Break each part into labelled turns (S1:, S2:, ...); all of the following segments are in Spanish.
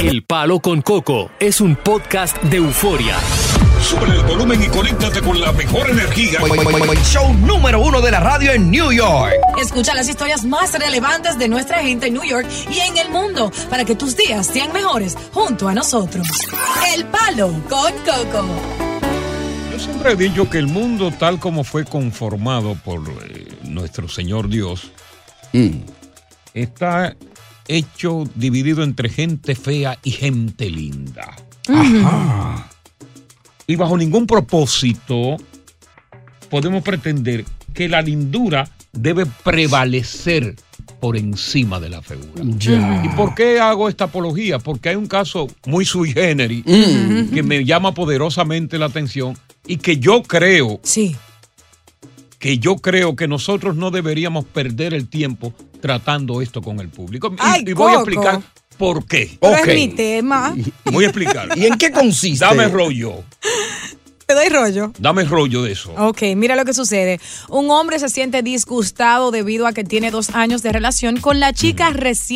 S1: El Palo con Coco es un podcast de euforia.
S2: Sube el volumen y conéctate con la mejor energía.
S3: Show número uno de la radio en New York.
S4: Escucha las historias más relevantes de nuestra gente en New York y en el mundo para que tus días sean mejores junto a nosotros. El Palo con Coco.
S2: Yo siempre he dicho que el mundo tal como fue conformado por eh, nuestro Señor Dios está hecho dividido entre gente fea y gente linda. Y bajo ningún propósito podemos pretender que la lindura debe prevalecer por encima de la feura. ¿Y por qué hago esta apología? Porque hay un caso muy sui generis
S5: Mm.
S2: que me llama poderosamente la atención y que yo creo
S4: Sí.
S2: que yo creo que nosotros no deberíamos perder el tiempo tratando esto con el público. Y-
S5: Ay,
S2: y, voy a
S5: Coco.
S2: explicar por qué.
S5: Pero
S3: Ok.
S5: es mi tema.
S2: Voy a explicar.
S3: ¿Y en qué consiste?
S2: Dame rollo,
S5: Te doy rollo.
S2: dame rollo de eso.
S5: Ok, mira lo que sucede. Un hombre se siente disgustado debido a que tiene dos años de relación con la chica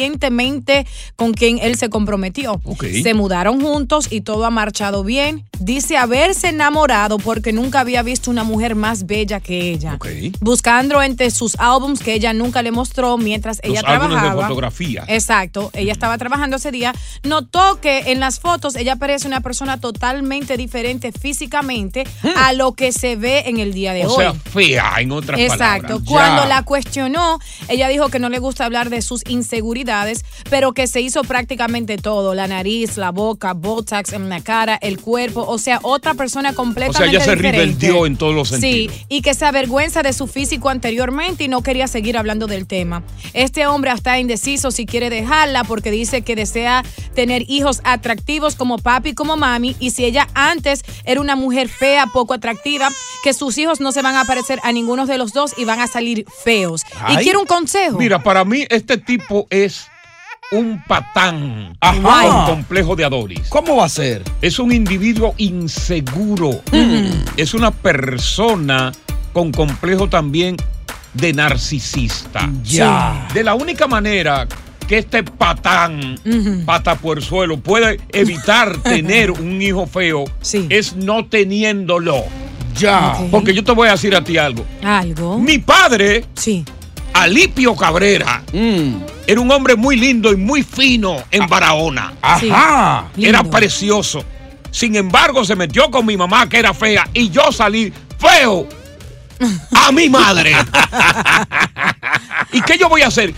S5: recientemente con quien él se comprometió.
S2: Ok.
S5: Se mudaron juntos y todo ha marchado bien. Dice haberse enamorado porque nunca había visto una mujer más bella que ella.
S2: Ok.
S5: Buscando entre sus álbums que ella nunca le mostró mientras
S2: Los
S5: ella
S2: álbumes
S5: trabajaba.
S2: de fotografía.
S5: Exacto, ella estaba trabajando ese día, notó que en las fotos ella parece una persona totalmente diferente físicamente a lo que se ve en el día de
S2: o
S5: hoy.
S2: sea, fea, en otras
S5: Exacto.
S2: palabras.
S5: Cuando
S3: Ya.
S5: la cuestionó, ella dijo que no le gusta hablar de sus inseguridades, pero que se hizo prácticamente todo: la nariz, la boca, botox en la cara, el cuerpo. O sea, otra persona
S2: O sea,
S5: completamente
S2: ella se
S5: diferente.
S2: rebeldió en todos los
S5: Sí,
S2: sentidos.
S5: y que se avergüenza de su físico anteriormente y no quería seguir hablando del tema. Este hombre está indeciso si quiere dejarla porque dice que desea tener hijos atractivos como papi y como mami y si ella antes era una mujer fea, poco atractiva, que sus hijos no se van a parecer a ninguno de los dos y van a salir feos. y
S3: Ay.
S5: quiero un consejo.
S2: Mira, para mí este tipo es un patán
S3: Ajá.
S2: con complejo de Adoris.
S3: ¿Cómo va a ser?
S2: es un individuo inseguro.
S5: Mm.
S2: Es una persona con complejo también de narcisista.
S3: Ya.
S2: De la única manera que este patán, patapuerzuelo, puede evitar tener un hijo feo
S5: Sí.
S2: es no teniéndolo.
S3: Ya.
S5: Ok.
S2: Porque yo te voy a decir a ti algo.
S5: Algo.
S2: Mi padre,
S5: Sí.
S2: Alipio Cabrera,
S3: Mm. Ah.
S2: era un hombre muy lindo y muy fino en Barahona.
S3: Ajá.
S5: Lindo.
S2: Era precioso. Sin embargo, se metió con mi mamá que era fea y yo salí feo a mi madre. ¿Y qué yo voy a hacer?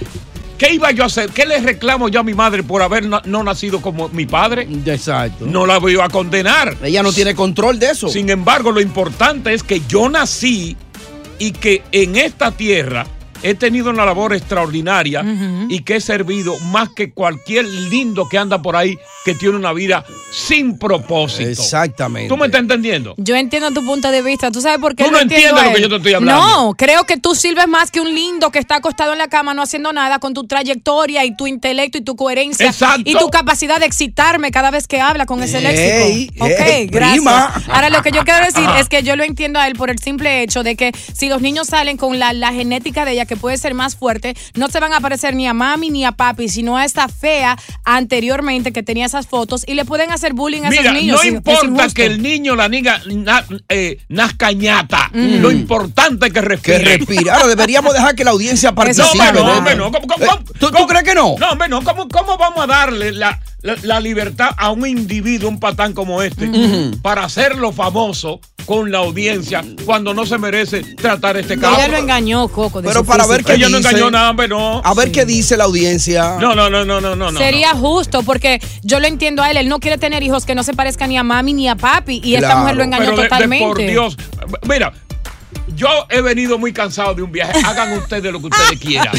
S2: ¿Qué iba yo a hacer? ¿Qué le reclamo yo a mi madre por haber na- no nacido como mi padre?
S3: Exacto.
S2: No la voy a condenar.
S3: Ella no tiene control de eso.
S2: Sin embargo, lo importante es que yo nací y que en esta tierra he tenido una labor extraordinaria y que he servido más que cualquier lindo que anda por ahí que tiene una vida sin propósito.
S3: Exactamente.
S2: ¿Tú me estás entendiendo?
S5: Yo entiendo tu punto de vista. ¿Tú sabes por qué?
S2: Tú no
S5: lo entiendo
S2: entiendes lo
S5: a él?
S2: que yo te estoy hablando.
S5: No, creo que tú sirves más que un lindo que está acostado en la cama no haciendo nada con tu trayectoria y tu intelecto y tu coherencia
S2: Exacto.
S5: y tu capacidad de excitarme cada vez que habla con ese
S3: Ey,
S5: léxico. Ok,
S3: ey,
S5: gracias.
S3: prima.
S5: Ahora lo que yo quiero decir es que yo lo entiendo a él por el simple hecho de que si los niños salen con la, la genética de ella que puede ser más fuerte, no se van a parecer ni a mami ni a papi, sino a esta fea anteriormente que tenía esas fotos y le pueden hacer bullying a
S2: Mira,
S5: esos niños.
S2: no
S5: Es
S2: importa
S5: injusto.
S2: que el niño, la niña, na- eh, nazca ñata. Lo importante es que
S3: Que
S2: respire.
S3: respirar. Ahora, deberíamos dejar que la audiencia
S2: No,
S3: participe.
S2: hombre, no,
S3: ¿verdad?
S2: hombre, no. ¿Cómo, cómo,
S3: Eh,
S2: cómo?
S3: ¿Tú, tú
S2: ¿Cómo?
S3: crees que no?
S2: No, hombre, no. ¿Cómo, cómo vamos a darle la, la- la libertad a un individuo, un patán como este, para hacerlo famoso con la audiencia cuando no se merece tratar este caso?
S5: Ella lo engañó, Coco. de
S3: Pero
S5: su
S3: para
S5: físico.
S3: ver qué
S2: Ella no
S3: dice.
S2: engañó nada, hombre, no.
S3: A ver qué dice la audiencia.
S2: No, no, no, no, no, no. no.
S5: Sería justo porque yo lo entiendo a él. Él no quiere tener hijos que no se parezcan ni a mami ni a papi. Y esta
S3: Claro.
S5: mujer lo engañó
S2: Pero de- de
S5: totalmente.
S2: por Dios. Mira. Yo he venido muy cansado de un viaje. Hagan ustedes lo que ustedes quieran.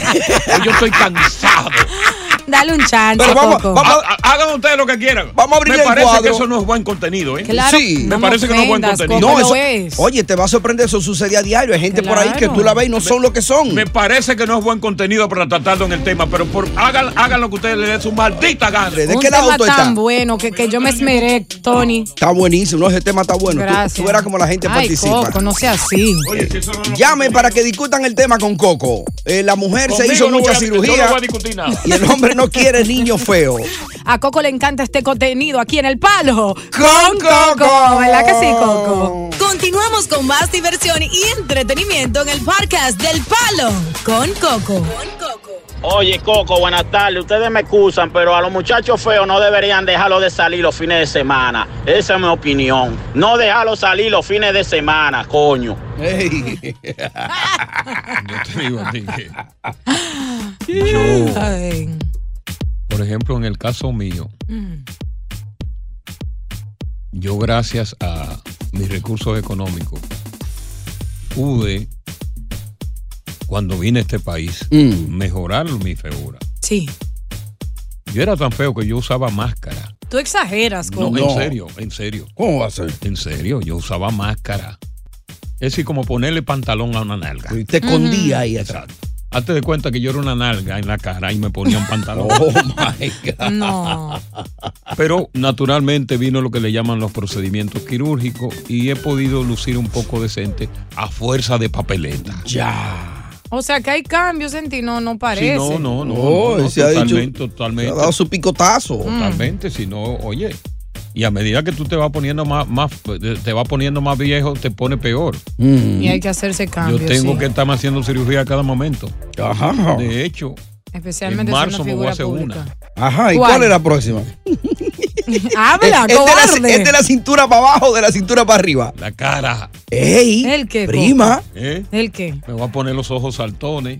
S2: Yo estoy cansado.
S5: Dale un chance,
S3: Pero vamos-
S5: Coco.
S3: vamos-
S2: Ha- ha- Ah, hagan ustedes lo que quieran.
S3: Vamos a abrir
S2: Me
S3: el
S2: parece que
S3: cuadro.
S2: eso no es buen contenido, ¿eh?
S5: Claro,
S3: Sí, me
S5: no
S2: parece que no es buen
S5: ofendas,
S2: contenido.
S5: Coco,
S3: No,
S5: lo
S3: eso,
S5: es.
S3: oye, te va a sorprender, eso sucede a diario. Hay gente por ahí que
S5: Claro.
S3: tú la ves y no son lo que son.
S2: Me parece que no es buen contenido para tratarlo en el tema, pero por, hagan, hagan lo que ustedes les dé su maldita gana.
S3: ¿De
S5: un
S3: qué lado
S5: tema
S3: tú
S5: tan
S3: estás?
S5: bueno que, que yo me esmeré, Tony.
S3: Está buenísimo, no, ese tema está bueno. Tú-
S5: Gracias.
S3: Tú, verás como la gente
S5: Ay,
S3: participa.
S5: Coco, no sea así.
S2: Oye, si eso no lo-
S3: Llame para que discutan el tema con Coco. Eh, la mujer se
S2: Conmigo
S3: hizo
S2: no
S3: mucha
S2: voy a- yo
S3: cirugía
S2: no voy a discutir nada.
S3: y el hombre que no quiere niño feo.
S5: A Coco le encanta este contenido aquí en el palo.
S3: Con Coco.
S5: ¿Verdad que sí, Coco?
S4: Continuamos con más diversión y entretenimiento en el podcast del Palo con Coco.
S6: Oye, Coco, buenas tardes. Ustedes me excusan, pero a los muchachos feos no deberían dejarlos de salir los fines de semana. Esa es mi opinión. No dejarlos salir los fines de semana, coño.
S3: Ey.
S2: Yo te digo a ti que
S5: Ay.
S2: por ejemplo, en el caso mío,
S5: Mm.
S2: yo gracias a mis recursos económicos pude, cuando vine a este país,
S3: Mm.
S2: mejorar mi figura.
S5: Sí.
S2: Yo era tan feo que yo usaba máscara.
S5: Tú exageras,
S2: No,
S5: Coco.
S3: No.
S2: en serio, en serio.
S3: ¿Cómo va a ser?
S2: En serio, yo usaba máscara. Es decir, como ponerle pantalón a una nalga.
S3: Y Te escondía ahí atrás.
S2: Exacto. Hazte de cuenta que yo era una nalga en la cara y me ponía un pantalón.
S3: Oh my God.
S5: No.
S2: Pero naturalmente vino lo que le llaman los procedimientos quirúrgicos y he podido lucir un poco decente a fuerza de papeleta.
S3: Ya.
S5: O sea que hay cambios en ti, no, no
S2: Sí,
S5: parece.
S2: no, no, no,
S3: Oh,
S2: no, no,
S3: se ha dicho-
S2: totalmente,
S3: Le ha
S2: totalmente,
S3: dado su picotazo.
S2: totalmente, si no, oye, y a medida que tú te vas poniendo más, más, te vas poniendo más viejo, te pone peor.
S3: Mm.
S5: Y hay que hacerse cambios.
S2: Yo tengo
S5: sí.
S2: que estarme haciendo cirugía a cada momento.
S3: Ajá.
S2: De hecho,
S5: Especialmente
S2: En
S5: si
S2: marzo
S5: una
S2: me voy
S5: figura
S2: a hacer
S5: pública.
S3: Ajá. ¿Y
S5: ¿Cuál?
S3: cuál, es la próxima?
S5: Habla,
S3: es, es de la- es de
S5: cobarde.
S3: la, cintura para abajo, de la cintura para arriba.
S2: la cara,
S3: ¡Ey!
S5: ¿El qué,
S3: Prima.
S2: ¿eh?
S5: ¿El qué?
S2: me voy a poner los ojos saltones.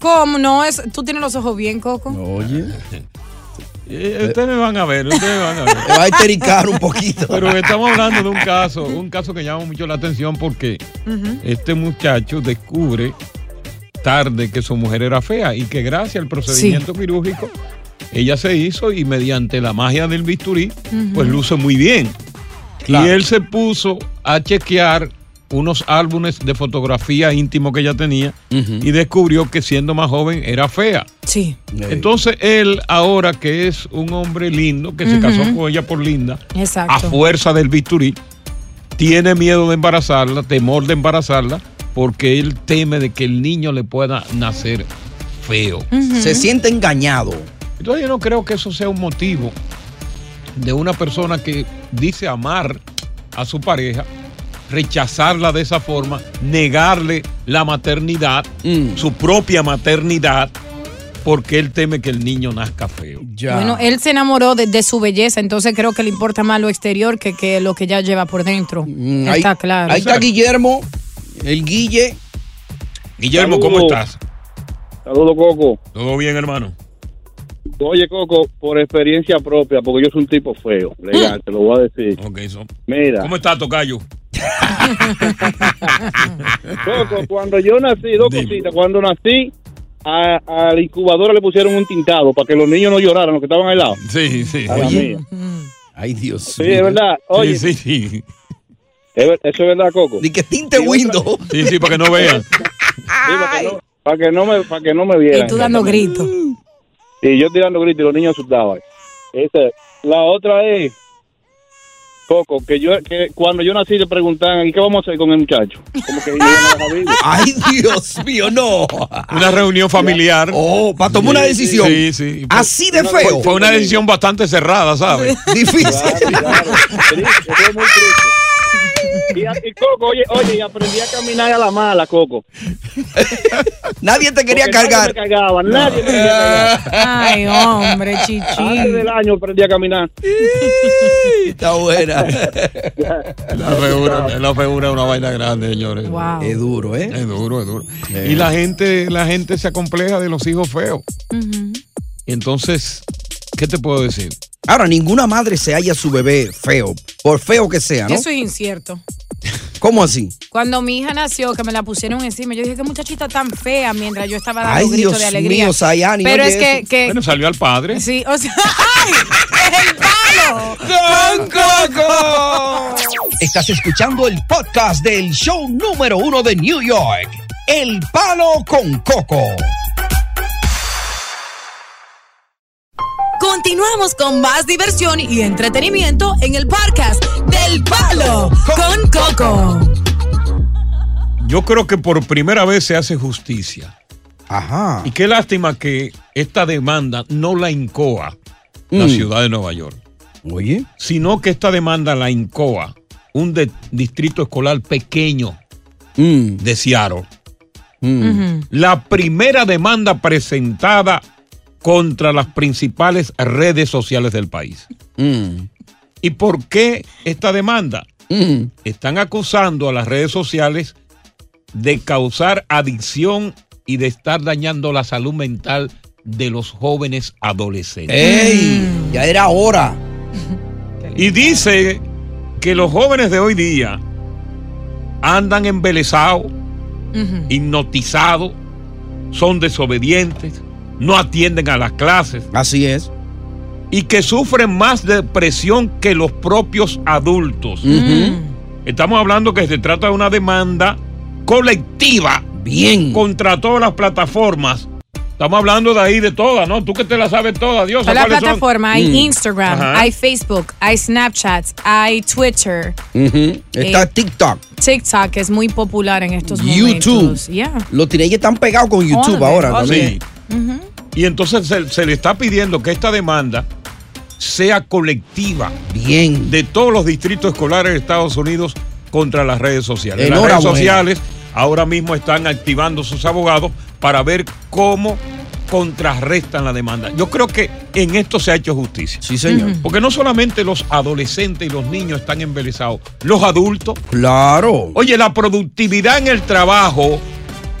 S5: ¿Cómo? No es. Tú tienes los ojos bien, Coco.
S3: Oye.
S2: Eh, ustedes me van a ver, ustedes me van a ver.
S3: Te va a estericar un poquito.
S2: Pero estamos hablando de un caso, un caso que llama mucho la atención porque
S5: Ujú.
S2: este muchacho descubre tarde que su mujer era fea y que gracias al procedimiento quirúrgico ella se hizo y mediante la magia del bisturí pues luce muy bien.
S3: Claro.
S2: Y él se puso a chequear unos álbumes de fotografía íntimo que ella tenía y descubrió que siendo más joven era fea.
S5: Sí.
S3: Ey.
S2: Entonces él ahora que es un hombre lindo, que se casó con ella por linda, a
S5: Exacto.
S2: fuerza del bisturí, tiene miedo de embarazarla, temor de embarazarla, porque él teme de que el niño le pueda nacer feo.
S3: Se siente engañado.
S2: Entonces yo no creo que eso sea un motivo de una persona que dice amar a su pareja, rechazarla de esa forma, negarle la maternidad,
S3: Mm.
S2: su propia maternidad, porque él teme que el niño nazca feo.
S3: Ya.
S5: Bueno, él se enamoró de, de su belleza, entonces creo que le importa más lo exterior que, que lo que ya lleva por dentro.
S3: Mm, ahí-
S5: Está claro.
S3: Ahí está Guillermo, el Guille.
S2: Guillermo, ¿cómo
S7: Saludos.
S2: estás?
S7: Saludos, Coco.
S2: ¿Todo bien, hermano?
S7: Oye, Coco, por experiencia propia, porque yo soy un tipo feo, legal, te lo voy a decir.
S2: Ok, so-
S7: Mira,
S2: ¿Cómo está, Tocayo?
S7: Coco, cuando yo nací, dos
S2: Dime.
S7: cositas, cuando nací, a, a la incubadora le pusieron un tintado para que los niños no lloraran, los que estaban al lado.
S2: Sí, sí.
S7: A la
S3: Oye.
S7: mía.
S3: Ay, Dios.
S7: Sí, es verdad. Oye,
S2: Sí, sí, sí.
S7: es ver- eso es verdad, Coco.
S3: Ni que tinte Windows.
S2: Sí, sí, para que no vean.
S7: Sí, para, que no, para que no me, para que no me vieran.
S5: Y tú dando gritos.
S7: Y yo tirando gritos y los niños asustados. Esa es. La otra es, Coco, que yo que cuando yo nací le preguntaban, ¿y qué vamos a hacer con el muchacho? Como que yo no dejaba vivo.
S3: Ay, Dios mío, no.
S2: Una reunión familiar.
S3: Oh, para tomar una decisión.
S2: Sí, sí.
S3: Así de feo.
S2: Fue una decisión bastante cerrada, ¿sabes?
S3: Difícil.
S7: Claro, claro. Triste, fue muy triste. Y, a- y Coco, oye, oye, y aprendí a caminar a la mala, Coco.
S3: Nadie te quería
S7: Porque
S3: cargar.
S7: Nadie me cargaba, nadie me quería cargar.
S5: Ay, hombre,
S7: Antes
S5: chichi.
S7: del año aprendí a caminar.
S3: Está buena.
S2: La figura, la figura es una vaina grande, señores.
S5: Wow.
S3: Es duro, ¿eh?
S2: Es duro, es duro. Y la gente, la gente se acompleja de los hijos feos.
S5: Ujú.
S2: Entonces, ¿qué te puedo decir?
S3: Ahora, ninguna madre se halla su bebé feo, por feo que sea, ¿no?
S5: Eso es incierto.
S3: ¿Cómo así?
S5: Cuando mi hija nació, que me la pusieron encima, yo dije, qué muchachita tan fea, mientras yo estaba dando
S3: Ay,
S5: gritos
S3: Dios
S5: Ah, de alegría.
S3: mío, Sayani,
S5: Pero
S3: oye
S5: es que,
S3: eso.
S5: que-
S2: Bueno, salió al padre.
S5: sí, o sea, ¡ay! ¡Es el palo!
S3: ¡Don Coco! Estás escuchando el podcast del show número uno de New York, El Palo con Coco.
S4: Continuamos con más diversión y entretenimiento en el podcast del Palo con Coco.
S2: Yo creo que por primera vez se hace justicia.
S3: Ajá.
S2: Y qué lástima que esta demanda no la incoa la
S3: Mm.
S2: ciudad de Nueva York,
S3: Oye.
S2: sino que esta demanda la incoa un de- distrito escolar pequeño
S3: Mm,
S2: de Seattle.
S3: mm.
S5: Ujú.
S2: La primera demanda presentada contra las principales redes sociales del país.
S3: Mm,
S2: ¿Y por qué esta demanda?
S3: mm.
S2: Están acusando a las redes sociales de causar adicción y de estar dañando la salud mental de los jóvenes adolescentes.
S3: ¡Ey! Ya era hora.
S2: Y dice que los jóvenes de hoy día andan embelesados,
S5: Ujú.
S2: hipnotizados, son desobedientes, no atienden a las clases
S3: Así es.
S2: y que sufren más depresión que los propios adultos.
S3: Ujú.
S2: Estamos hablando que se trata de una demanda colectiva
S3: Bien.
S2: contra todas las plataformas. Estamos hablando de ahí de todas, ¿no? Tú que te la sabes todas, Dios.
S5: Toda la plataforma, hay
S3: Mm.
S5: Instagram,
S2: Ajá.
S5: hay Facebook, hay Snapchat, hay Twitter,
S3: Ujú. Está
S5: Eh,
S3: TikTok.
S5: TikTok que es muy popular en estos
S3: YouTube.
S5: momentos. Yeah.
S3: Los tineys están pegados con YouTube
S5: Óyeme,
S7: Oh,
S3: ahora.
S5: óyeme.
S3: también.
S2: Sí. Y entonces se, se le está pidiendo que esta demanda sea colectiva
S3: Bien.
S2: de todos los distritos escolares de Estados Unidos contra las redes sociales. Las redes
S3: Enhorabuena.
S2: sociales ahora mismo están activando sus abogados para ver cómo contrarrestan la demanda. Yo creo que en esto se ha hecho justicia.
S3: Sí, señor.
S2: Porque no solamente los adolescentes y los niños están embelesados, los adultos.
S3: Claro.
S2: Oye, la productividad en el trabajo,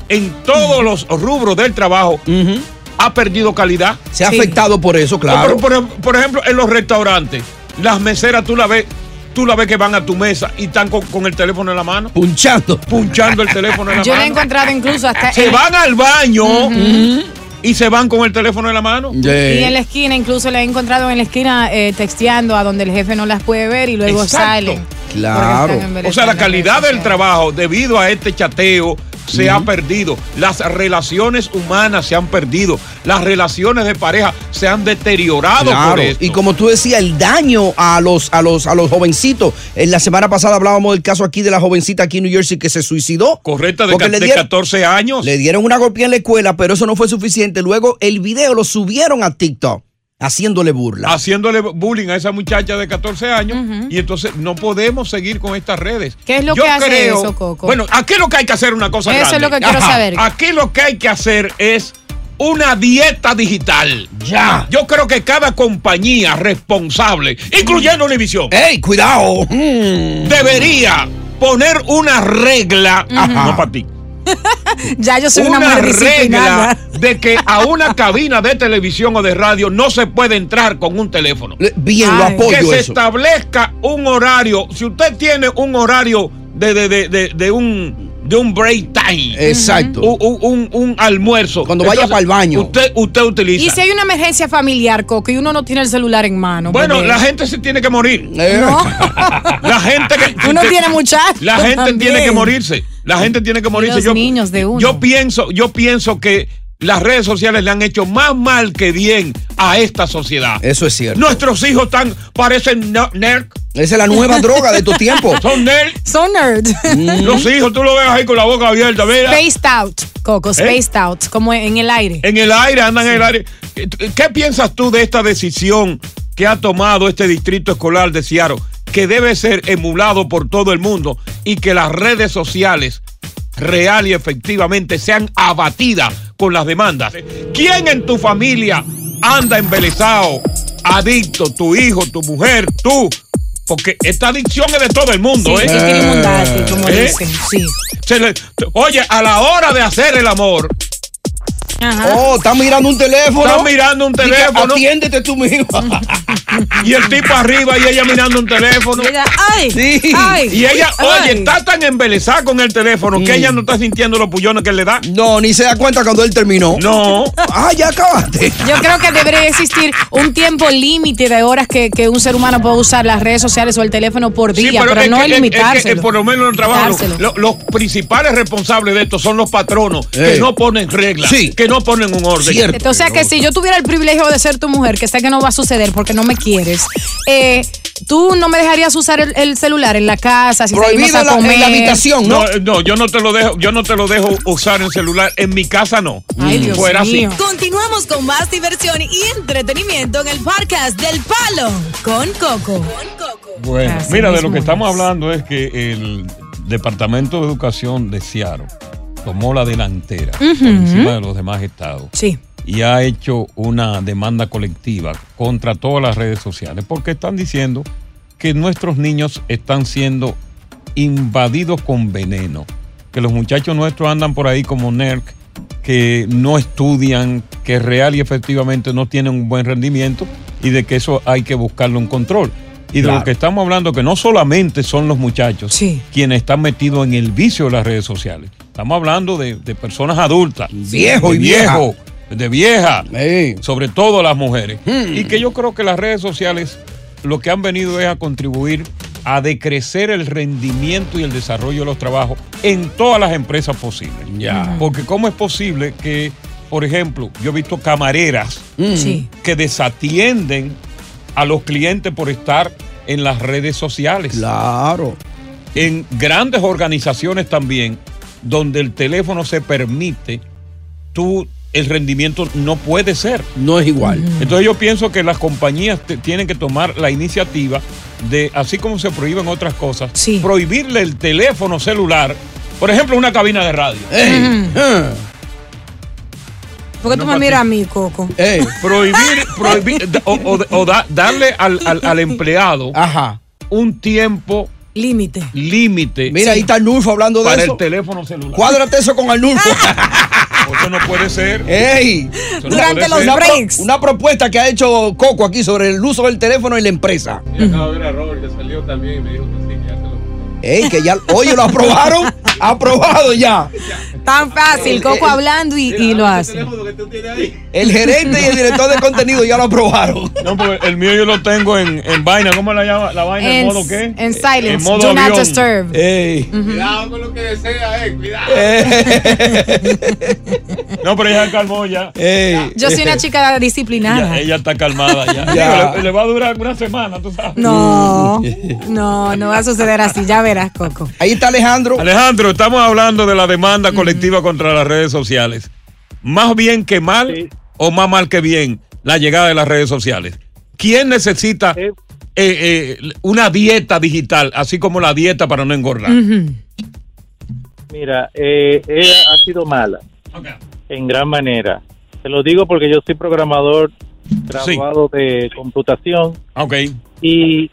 S2: en todos los rubros del trabajo,
S3: Ujú.
S2: ha perdido calidad.
S3: Se ha
S5: Sí.
S3: afectado por eso, claro.
S2: Por, por- por ejemplo, en los restaurantes, las meseras tú la ves, tú la ves que van a tu mesa y están con, con el teléfono en la mano,
S3: Punchando.
S2: punchando el teléfono en la
S5: Yo la he
S2: mano.
S5: encontrado incluso hasta
S2: Se
S5: en,
S2: van al baño y se van con el teléfono en la mano.
S3: Yeah.
S5: y en la esquina, incluso la he encontrado en la esquina eh, texteando a donde el jefe no las puede ver y luego
S2: Exacto.
S5: salen. porque
S3: Claro.
S5: están en
S2: O sea, la
S5: redes
S2: calidad del
S5: sociales.
S2: trabajo debido a este chateo se ha perdido. Las relaciones humanas se han perdido. Las relaciones de pareja se han deteriorado por
S3: Claro.
S2: esto.
S3: Y como tú decías, el daño a los, a los, a los jovencitos. En la semana pasada hablábamos del caso aquí de la jovencita aquí en New Jersey que se suicidó.
S2: Correcta de,
S3: Porque
S2: ca-
S3: le
S2: de
S3: dieron-
S2: 14 años.
S3: Le dieron una golpeada en la escuela, pero eso no fue suficiente. Luego el video lo subieron a TikTok haciéndole burla.
S2: haciéndole bullying a esa muchacha de 14 años y entonces no podemos seguir con estas redes.
S5: ¿Qué es lo que hace eso, Coco?
S2: Bueno, aquí lo que hay que hacer es una cosa
S5: Eso es
S2: grande.
S5: lo que quiero saber.
S2: Aquí lo que hay que hacer es una dieta digital.
S3: Ya.
S2: Yo creo que cada compañía responsable, incluyendo Univision,
S3: ¡Ey, cuidado! Mm.
S2: debería poner una regla,
S3: Ajá.
S2: no para ti,
S5: Ya yo soy una,
S2: una
S5: mujer disciplinada.
S2: regla de que a una cabina de televisión o de radio no se puede entrar con un teléfono.
S3: Le- Bien, lo
S5: Ay.
S2: que
S3: apoyo
S2: se
S3: eso.
S2: establezca un horario. Si usted tiene un horario de, de, de, de, de un, de un break time,
S3: Exacto.
S2: un, un- un- un almuerzo.
S3: Cuando vaya pa'l baño.
S2: Usted, usted utiliza.
S5: Y si hay una emergencia familiar, Coco, y uno no tiene el celular en mano.
S2: bueno,
S5: bebé.
S2: la gente se tiene que morir.
S3: Eh,
S5: No,
S2: La gente que.
S5: uno
S2: que-
S5: tiene muchachos.
S2: La gente tiene
S5: también.
S2: que morirse. La gente tiene que morirse.
S5: los niños de uno.
S2: Yo pienso, yo pienso que las redes sociales le han hecho más mal que bien a esta sociedad.
S3: Eso es cierto.
S2: Nuestros hijos están, parecen no- nerd,
S3: Esa es la nueva droga de tu tiempo.
S2: son nerd.
S5: Son nerds.
S2: Los hijos, tú lo ves ahí con la boca abierta, mira.
S5: Spaced out, Coco, spaced out, como en el aire.
S2: ¿Eh? En el aire, andan en el aire. ¿Qué- ¿Qué piensas tú de esta decisión que ha tomado este distrito escolar de Seattle, que debe ser emulado por todo el mundo y que las redes sociales real y efectivamente sean abatidas con las demandas? ¿Quién en tu familia anda embelesado, adicto, tu hijo, tu mujer, tú? Porque esta adicción es de todo el mundo,
S5: Sí,
S2: ¿eh?
S5: sí, tiene inmundante, como
S2: ¿Eh?
S5: dicen. Sí.
S2: Se le- oye, a la hora de hacer el amor,
S5: Ajá.
S3: Oh, está mirando un teléfono.
S2: Está mirando un
S3: Dice,
S2: teléfono.
S3: Atiéndete tú mismo.
S2: Y el tipo arriba y ella mirando un teléfono.
S5: Y ella, ¡Ay!
S3: Sí.
S5: ¡Ay!
S2: Y ella,
S5: ay.
S2: oye, está tan embelesada con el teléfono que ella no está sintiendo los pullones que le da.
S3: Mm. no, ni se da cuenta cuando él terminó.
S2: No.
S3: Ah, ya acabaste.
S5: Yo creo que debería existir un tiempo límite de horas que, que un ser humano pueda usar las redes sociales o el teléfono por día, pero,
S2: es
S5: no
S2: que- es- es que,
S5: limitarse.
S2: eh, por lo menos en el trabajo,
S5: Dárselo.
S2: lo- los principales responsables de esto son los patronos
S3: Eh.
S2: que no ponen reglas,
S3: Sí.
S2: que no ponen un orden.
S3: Cierto.
S5: Entonces, que si yo tuviera el privilegio de ser tu mujer, que sé que no va a suceder porque no me quieres, mujeres, eh, tú no me dejarías usar el, el celular en la casa, si salimos
S3: Prohibida
S5: a
S3: la, en
S5: comer.
S3: la habitación, ¿no?
S2: No, no, yo no te lo dejo, yo no te lo dejo usar en celular. En mi casa no. Mm.
S5: Ay, Dios
S2: Fuera
S5: mío.
S2: así.
S4: Continuamos con más diversión y entretenimiento en el podcast del Palo con Coco.
S2: Bueno,
S5: Así
S2: mira, de
S5: mismo
S2: lo que estamos
S5: es.
S2: hablando es que el Departamento de Educación de Seattle tomó la delantera por encima de los demás estados
S5: Sí.
S2: y ha hecho una demanda colectiva contra todas las redes sociales porque están diciendo que nuestros niños están siendo invadidos con veneno, que los muchachos nuestros andan por ahí como NERC, que no estudian, que real y efectivamente no tienen un buen rendimiento y de que eso hay que buscarle un control. Y de
S3: Claro.
S2: lo que estamos hablando, que no solamente son los muchachos
S5: Sí.
S2: quienes están metidos en el vicio de las redes sociales, estamos hablando de, de personas adultas,
S3: Viejo
S2: de
S3: y vieja.
S2: viejo, de vieja,
S3: Ey.
S2: sobre todo las mujeres.
S3: Hmm.
S2: Y que yo creo que las redes sociales lo que han venido es a contribuir a decrecer el rendimiento y el desarrollo de los trabajos en todas las empresas posibles. Mm.
S3: Ya.
S2: Porque cómo es posible que, por ejemplo, yo he visto camareras
S3: Mm.
S5: Sí.
S2: que desatienden a los clientes por estar en las redes sociales
S3: Claro.
S2: en grandes organizaciones también, donde el teléfono se permite, tú el rendimiento no puede ser.
S3: No es igual.
S5: Mm.
S2: Entonces yo pienso que las compañías te- tienen que tomar la iniciativa de, así como se prohíben otras cosas,
S5: Sí.
S2: prohibirle el teléfono celular, por ejemplo, una cabina de radio.
S3: Ey. Ah.
S5: ¿Por qué
S2: No,
S5: tú me
S2: pa' ti.
S5: miras a mí, Coco?
S3: Ey.
S2: Prohibir, prohibir da- o, o- o da- darle al, al- al empleado
S3: Ajá.
S2: un tiempo
S5: Límite.
S2: límite
S3: Mira, ahí está Arnulfo hablando de
S2: para
S3: eso.
S2: el teléfono celular.
S3: Cuádrate eso con Arnulfo.
S2: Eso no puede ser.
S3: Ey.
S2: Eso no
S5: Durante
S2: puede
S5: los
S2: ser.
S3: Una, pro-
S5: breaks.
S3: una propuesta que ha hecho Coco aquí sobre el uso del teléfono en la empresa.
S8: Y acabo de ver a Robert que salió también y me dijo que sí, que ya se lo
S3: Ey, que ya, oye, lo aprobaron. Aprobado ya.
S5: Tan fácil,
S2: Eh,
S5: Coco hablando y, y lo hace.
S8: teléfono que tú tienes ahí.
S3: El gerente y el director de contenido ya lo aprobaron.
S2: No, porque el mío yo lo tengo en, en vaina. ¿Cómo la llama? ¿La vaina? ¿En,
S5: En,
S2: modo qué?
S5: en silence.
S2: En modo
S5: Do not
S2: avión.
S5: disturb.
S3: Ey.
S8: Cuidado con lo que desea, eh, cuidado.
S2: No, pero ella calmó ya.
S3: Ey.
S5: Yo soy una chica disciplinada.
S2: Ella, ella está calmada ya.
S3: Ya.
S2: Digo, le, le eh, va a durar una semana, tú sabes.
S5: No, no, no va a suceder así. Ya verás, Coco.
S3: Ahí está Alejandro.
S2: Alejandro, estamos hablando de la demanda colectiva contra las redes sociales. Más bien que mal
S9: Sí.
S2: o más mal que bien la llegada de las redes sociales. ¿Quién necesita
S9: Eh.
S2: eh, eh, una dieta digital, así como la dieta para no engordar?
S5: Ujú.
S10: Mira, eh, eh, ha sido mala,
S2: Ok.
S10: en gran manera. Te lo digo porque yo soy programador graduado de computación
S2: Ok.
S10: y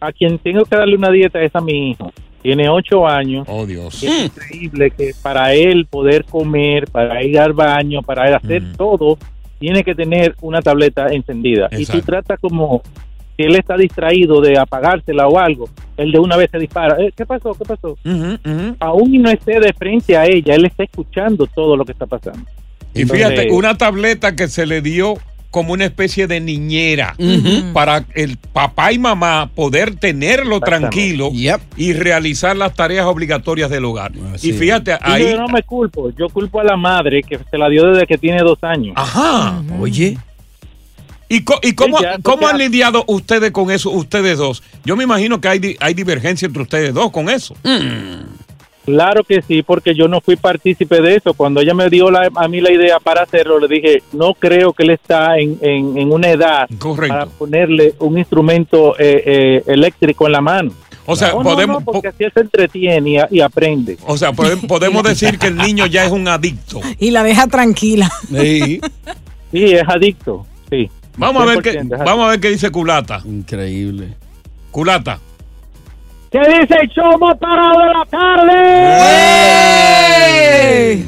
S10: a quien tengo que darle una dieta es a mi hijo. Tiene ocho años.
S2: Oh, Dios.
S10: Es increíble que para él poder comer, para ir al baño, para él hacer
S2: Ujú.
S10: todo, tiene que tener una tableta encendida. Y tú
S2: Exacto.
S10: tratas como si él está distraído de apagársela o algo, él de una vez se dispara. "Eh, ¿Qué pasó? ¿Qué pasó?
S2: Ujú, ujú.
S10: aún no esté de frente a ella, él está escuchando todo lo que está pasando.
S2: Y fíjate,
S10: Entonces-
S2: una tableta que se le dio como una especie de niñera para el papá y mamá poder tenerlo
S10: Exactamente.
S2: tranquilo
S3: Yep.
S2: y realizar las tareas obligatorias del hogar.
S3: Así
S2: y
S3: es.
S2: fíjate,
S10: Y
S2: ahí...
S10: yo no me culpo, yo culpo a la madre que se la dio desde que tiene dos años.
S2: Ajá.
S3: Oye.
S2: ¿Y, co- y cómo,
S10: Sí, ya, eso
S2: cómo
S10: ya-
S2: han lidiado ustedes con eso, ustedes dos? Yo me imagino que hay, di- hay divergencia entre ustedes dos con eso.
S10: Claro que sí, porque yo no fui partícipe de eso. Cuando ella me dio la- a mí la idea para hacerlo, le dije, no creo que él está en, en- en una edad para
S2: Correcto.
S10: ponerle un instrumento eh, eh, eléctrico en la mano.
S2: O sea,
S10: No, no,
S2: podemos...
S10: no, porque así él se entretiene y a- y aprende.
S2: po- O sea, pode- podemos decir que el niño ya es un adicto.
S5: Y la deja tranquila.
S3: Ey.
S10: Sí, es adicto, sí.
S2: Vamos a ver qué,
S10: 100%, es
S2: vamos a ver qué dice Culata.
S3: Increíble.
S2: Culata.
S10: ¿Qué dice el show más parado de la
S5: ¡Ey!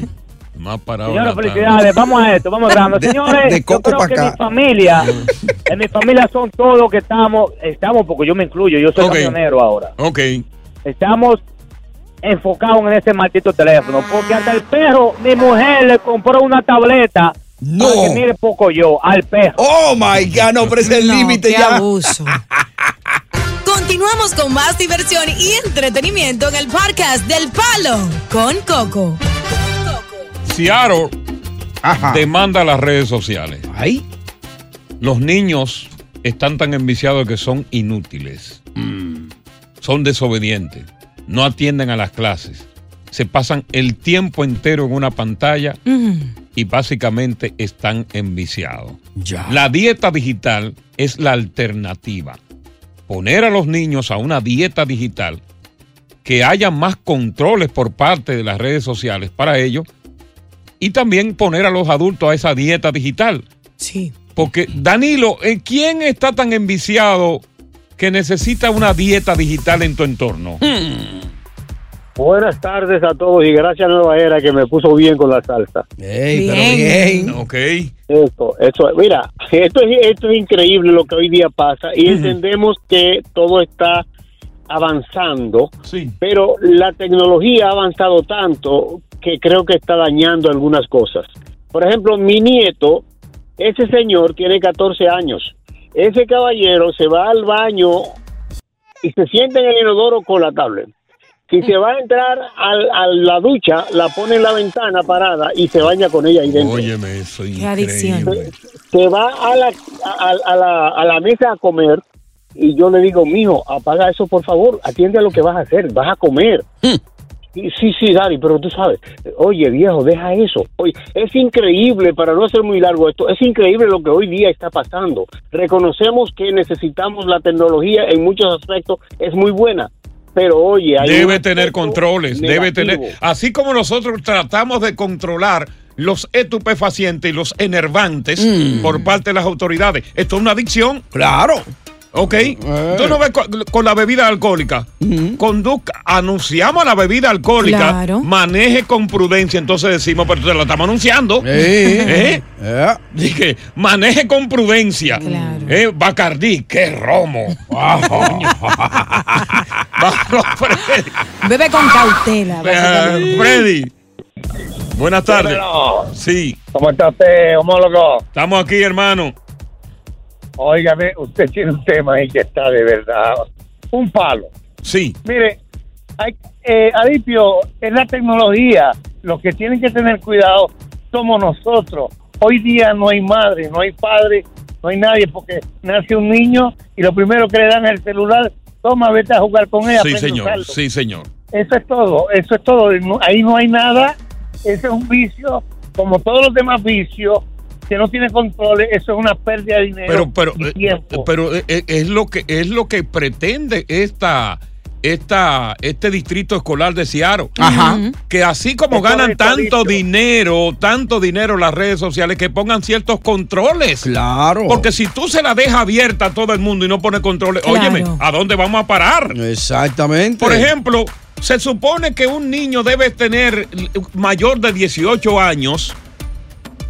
S2: Más parado.
S10: Señores,
S2: la tarde.
S10: felicidades. Vamos a esto, vamos grabando.
S3: De-
S10: Señores,
S3: de coco
S10: yo
S3: pa'
S10: creo que
S3: acá.
S10: mi familia, en mi familia son todos que estamos, estamos, porque yo me incluyo, yo soy
S2: Ok.
S10: camionero ahora.
S2: Ok.
S10: Estamos enfocados en ese maldito teléfono, porque hasta el perro, mi mujer le compró una tableta.
S3: No.
S10: para que mire poco yo, al perro.
S3: Oh my God, no, pero ese es el
S5: No,
S3: límite
S5: qué
S3: ya.
S5: abuso.
S4: Continuamos con más diversión y entretenimiento en el podcast del Palo con Coco.
S2: Ciaro
S3: Ajá.
S2: demanda las redes sociales.
S3: Ay.
S2: Los niños están tan enviciados que son inútiles. Son desobedientes. No atienden a las clases. Se pasan el tiempo entero en una pantalla y básicamente están enviciados.
S3: Ya.
S2: La dieta digital es la alternativa. Poner a los niños a una dieta digital, que haya más controles por parte de las redes sociales para ellos y también poner a los adultos a esa dieta digital.
S5: Sí.
S2: Porque, Danilo, ¿eh, ¿quién está tan enviciado que necesita una dieta digital en tu entorno?
S11: Buenas tardes a todos y gracias a Nueva Era que me puso bien con la salsa.
S3: Ey, pero
S5: Bien.
S3: bien.
S2: Ok.
S11: Esto, eso, mira, esto es, esto es increíble lo que hoy día pasa y entendemos que todo está avanzando,
S2: Sí.
S11: pero la tecnología ha avanzado tanto que creo que está dañando algunas cosas. Por ejemplo, mi nieto, ese señor tiene 14 años. Ese caballero se va al baño y se sienta en el inodoro con la tablet. Si se va a entrar al- a la ducha, la pone en la ventana parada y se baña con ella ahí dentro
S2: Óyeme, eso es
S5: Qué adicción.
S2: increíble.
S11: se va a la, a, a la, a la mesa a comer y yo le digo, mijo, apaga eso por favor, atiende a lo que vas a hacer, vas a comer. Y, sí, sí, Dari, pero tú sabes, oye viejo, deja eso. Oye, es increíble, para no hacer muy largo esto, es increíble lo que hoy día está pasando. Reconocemos que necesitamos la tecnología en muchos aspectos, es muy buena, pero oye... hay
S2: Debe
S11: un
S2: tener
S11: aspecto
S2: controles, debe tener.
S11: negativo.
S2: Así como nosotros tratamos de controlar los estupefacientes y los enervantes por parte de las autoridades. Esto es una adicción.
S3: Claro.
S2: ¿Ok? Tú no ves co- con, la bebida alcohólica. Conduzca, anunciamos la bebida alcohólica.
S5: Claro.
S2: Maneje con prudencia. Entonces decimos, pero te la estamos anunciando.
S3: Eh,
S2: ¿Eh?
S3: eh.
S2: Dije, maneje con prudencia.
S5: Claro.
S2: ¿Eh? Bacardí, qué romo. Ah. Vamos, Freddy.
S5: Bebe con cautela. básicamente.
S2: Eh, Freddy. Buenas tardes.
S11: Dímelo.
S2: Sí,
S11: ¿Cómo está usted, homólogo?
S2: estamos aquí, hermano.
S11: Óigame, usted tiene un tema ahí que está de verdad un palo.
S2: Sí.
S11: Mire, hay, eh, Adipio, es la tecnología. Los que tienen que tener cuidado somos nosotros. Hoy día no hay madre, no hay padre, no hay nadie, porque nace un niño y lo primero que le dan es el celular. Toma, vete a jugar con ella.
S2: Sí,
S11: aprende a
S2: señor.
S11: usarlo.
S2: Sí, señor.
S11: Eso es todo, eso es todo. No- Ahí no hay nada. Ese es un vicio, como todos los demás vicios, que no tiene controles. Eso es una pérdida de dinero.
S2: pero pero
S11: y
S2: eh,
S11: tiempo.
S2: pero eh, eh, es lo que es lo que pretende esta esta este distrito escolar de Ciaro
S3: Ajá.
S2: que así como
S11: Es
S2: ganan
S11: correcto,
S2: tanto
S11: dicho.
S2: dinero tanto dinero las redes sociales que pongan ciertos controles
S3: Claro.
S2: porque si tú se la dejas abierta a todo el mundo y no pones controles
S5: Claro.
S2: óyeme a dónde vamos a parar
S3: Exactamente.
S2: por ejemplo, se supone que un niño debe tener mayor de 18 años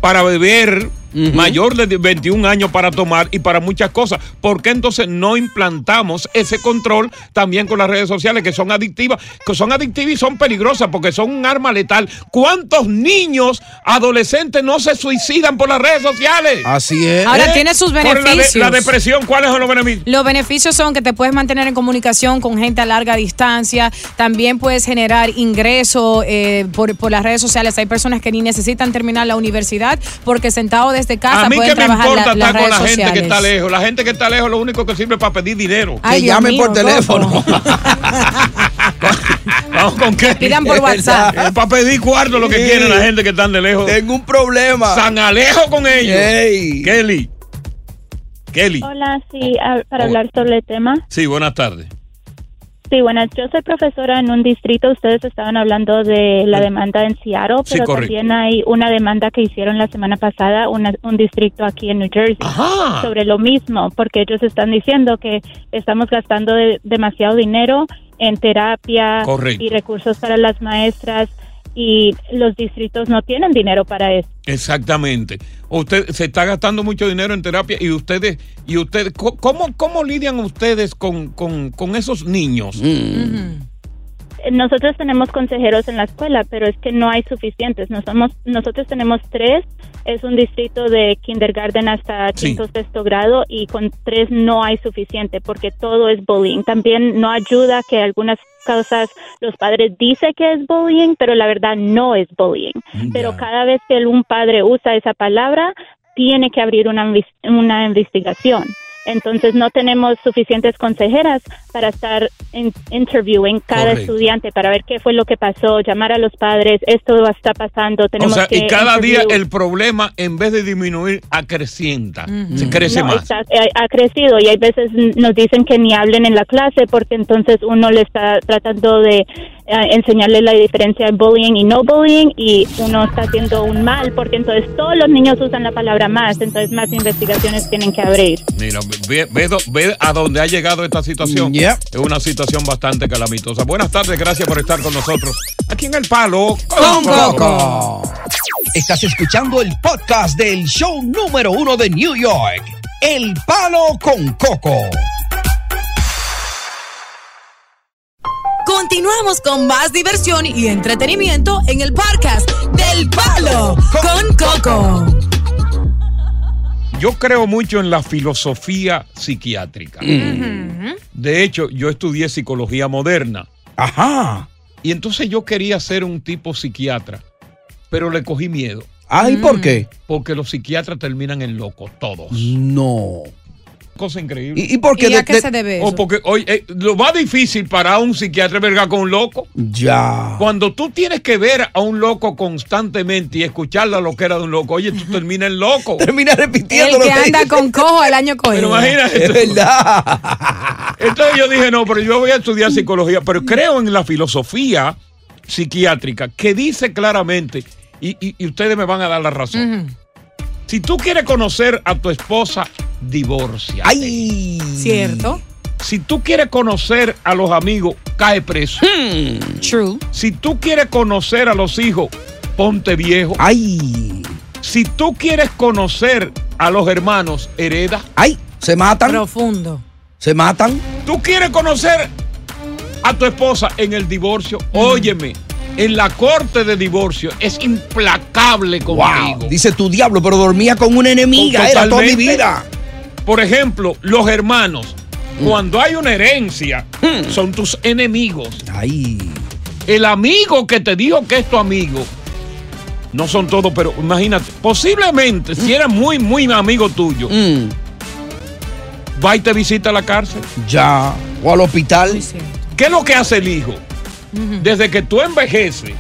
S2: para beber,
S3: Ujú.
S2: mayor de 21 años para tomar y para muchas cosas. ¿Por qué entonces no implantamos ese control también con las redes sociales que son adictivas? Que son adictivas y son peligrosas porque son un arma letal. ¿Cuántos niños adolescentes no se suicidan por las redes sociales?
S3: Así es.
S5: Ahora tiene sus
S2: Por la de-
S5: beneficios.
S2: La, depresión, ¿cuáles son los beneficios?
S5: Los beneficios son que te puedes mantener en comunicación con gente a larga distancia, también puedes generar ingreso eh, por, por las redes sociales. Hay personas que ni necesitan terminar la universidad porque sentado desde casa
S2: a mí
S5: pueden
S2: que me
S5: trabajar la-
S2: importa
S5: las
S2: estar
S5: redes
S2: con la gente
S5: sociales.
S2: que está lejos. La gente que está lejos lo único que sirve es para pedir dinero.
S5: Ay,
S3: que
S5: Dios
S3: llamen por
S5: mío,
S3: teléfono.
S5: loco.
S2: Vamos con qué.
S5: Pidan por WhatsApp.
S2: para pedir cuarto lo que
S3: Sí.
S2: quiere la gente que están de lejos.
S3: Tengo un problema.
S2: San Alejo con ellos.
S3: Ey.
S2: Kelly. Kelly.
S8: Hola,
S2: Oh.
S8: sí, a- para
S2: Hola.
S8: hablar sobre el tema.
S2: Sí, buenas tardes.
S8: Sí, bueno, yo soy profesora en un distrito. Ustedes estaban hablando de la demanda en Seattle,
S2: Sí,
S8: pero
S2: correcto.
S8: también hay una demanda que hicieron la semana pasada, una- un distrito aquí en New Jersey,
S2: Ajá.
S8: sobre lo mismo, porque ellos están diciendo que estamos gastando de- demasiado dinero en terapia
S2: Correcto.
S8: y recursos para las maestras y los distritos no tienen dinero para eso.
S2: Exactamente. Usted se está gastando mucho dinero en terapia y ustedes, y ustedes, co- ¿cómo, cómo lidian ustedes con, con, con esos niños?
S5: Mm.
S8: nosotros tenemos consejeros en la escuela, pero es que no hay suficientes. Nos somos, nosotros tenemos tres, es un distrito de kindergarten hasta
S2: Sí.
S8: quinto sexto grado y con tres no hay suficiente porque todo es bullying. También no ayuda que algunas cosas los padres dicen que es bullying, pero la verdad no es bullying.
S2: Mm,
S8: Pero cada vez que un padre usa esa palabra, tiene que abrir una, invis- una investigación. Entonces no tenemos suficientes consejeras para estar in- interviewing cada
S2: Correcto.
S8: estudiante para ver qué fue lo que pasó, llamar a los padres, esto va- está pasando,
S2: O
S8: tenemos
S2: sea,
S8: que
S2: y cada día
S8: interview-
S2: el problema, en vez de disminuir, acrecienta,
S8: Ujú.
S2: se crece
S8: No,
S2: más.
S8: está- eh, ha, ha crecido y hay veces nos dicen que ni hablen en la clase porque entonces uno le está tratando de eh, enseñarle la diferencia de bullying y no bullying y uno está haciendo un mal porque entonces todos los niños usan la palabra más, entonces más investigaciones tienen que abrir.
S2: Mira, ve, ve do- ve a dónde ha llegado esta situación. Es una situación bastante calamitosa. Buenas tardes, gracias por estar con nosotros. Aquí en El Palo
S3: Con Coco. Estás escuchando el podcast del show número uno de New York, El Palo con Coco.
S4: Continuamos con más diversión y entretenimiento en el podcast del Palo con
S8: Oh.
S4: Coco.
S2: Yo creo mucho en la filosofía psiquiátrica.
S5: Mm.
S2: De hecho, yo estudié psicología moderna.
S3: Ajá.
S2: Y entonces yo quería ser un tipo psiquiatra, pero le cogí miedo.
S3: Ay, ¿por qué?
S2: Porque los psiquiatras terminan en locos, todos.
S3: No.
S2: Cosa increíble.
S3: ¿Y- y por qué ¿Y a de- qué de- se debe
S2: O
S3: eso?
S2: porque, oye, eh, lo más difícil para un psiquiatra es vergar con un loco.
S3: Ya.
S2: Cuando tú tienes que ver a un loco constantemente y escuchar la loquera de un loco, oye, tú terminas en loco.
S3: Terminas
S5: El que anda con cojo el año cogido.
S2: Pero imagínate. Es verdad. Entonces yo dije, no, pero yo voy a estudiar psicología, pero creo en la filosofía psiquiátrica que dice claramente, y, y- y ustedes me van a dar la razón. Si tú quieres conocer a tu esposa, divorcia.
S3: ¡Ay!
S5: Cierto.
S2: Si tú quieres conocer a los amigos, cae preso.
S5: True.
S2: Si tú quieres conocer a los hijos, ponte viejo.
S3: ¡Ay!
S2: Si tú quieres conocer a los hermanos, hereda.
S3: ¡Ay! Se matan.
S5: Profundo.
S3: Se matan.
S2: Tú quieres conocer a tu esposa en el divorcio. Óyeme, en la corte de divorcio es implacable contigo.
S3: Wow. Dice tu diablo, pero dormía con una enemiga.
S2: Con-
S3: Era toda mi
S2: totalmente.
S3: vida. Mm.
S2: Por ejemplo, los hermanos, cuando hay una herencia, son tus enemigos.
S3: Ay.
S2: El amigo que te dijo que es tu amigo, no son todos, pero imagínate, posiblemente
S3: Mm.
S2: si era muy, muy amigo tuyo, va y te visita a la cárcel.
S3: Ya. O al hospital.
S2: ¿Qué es lo que hace el hijo? Desde que tú envejeces,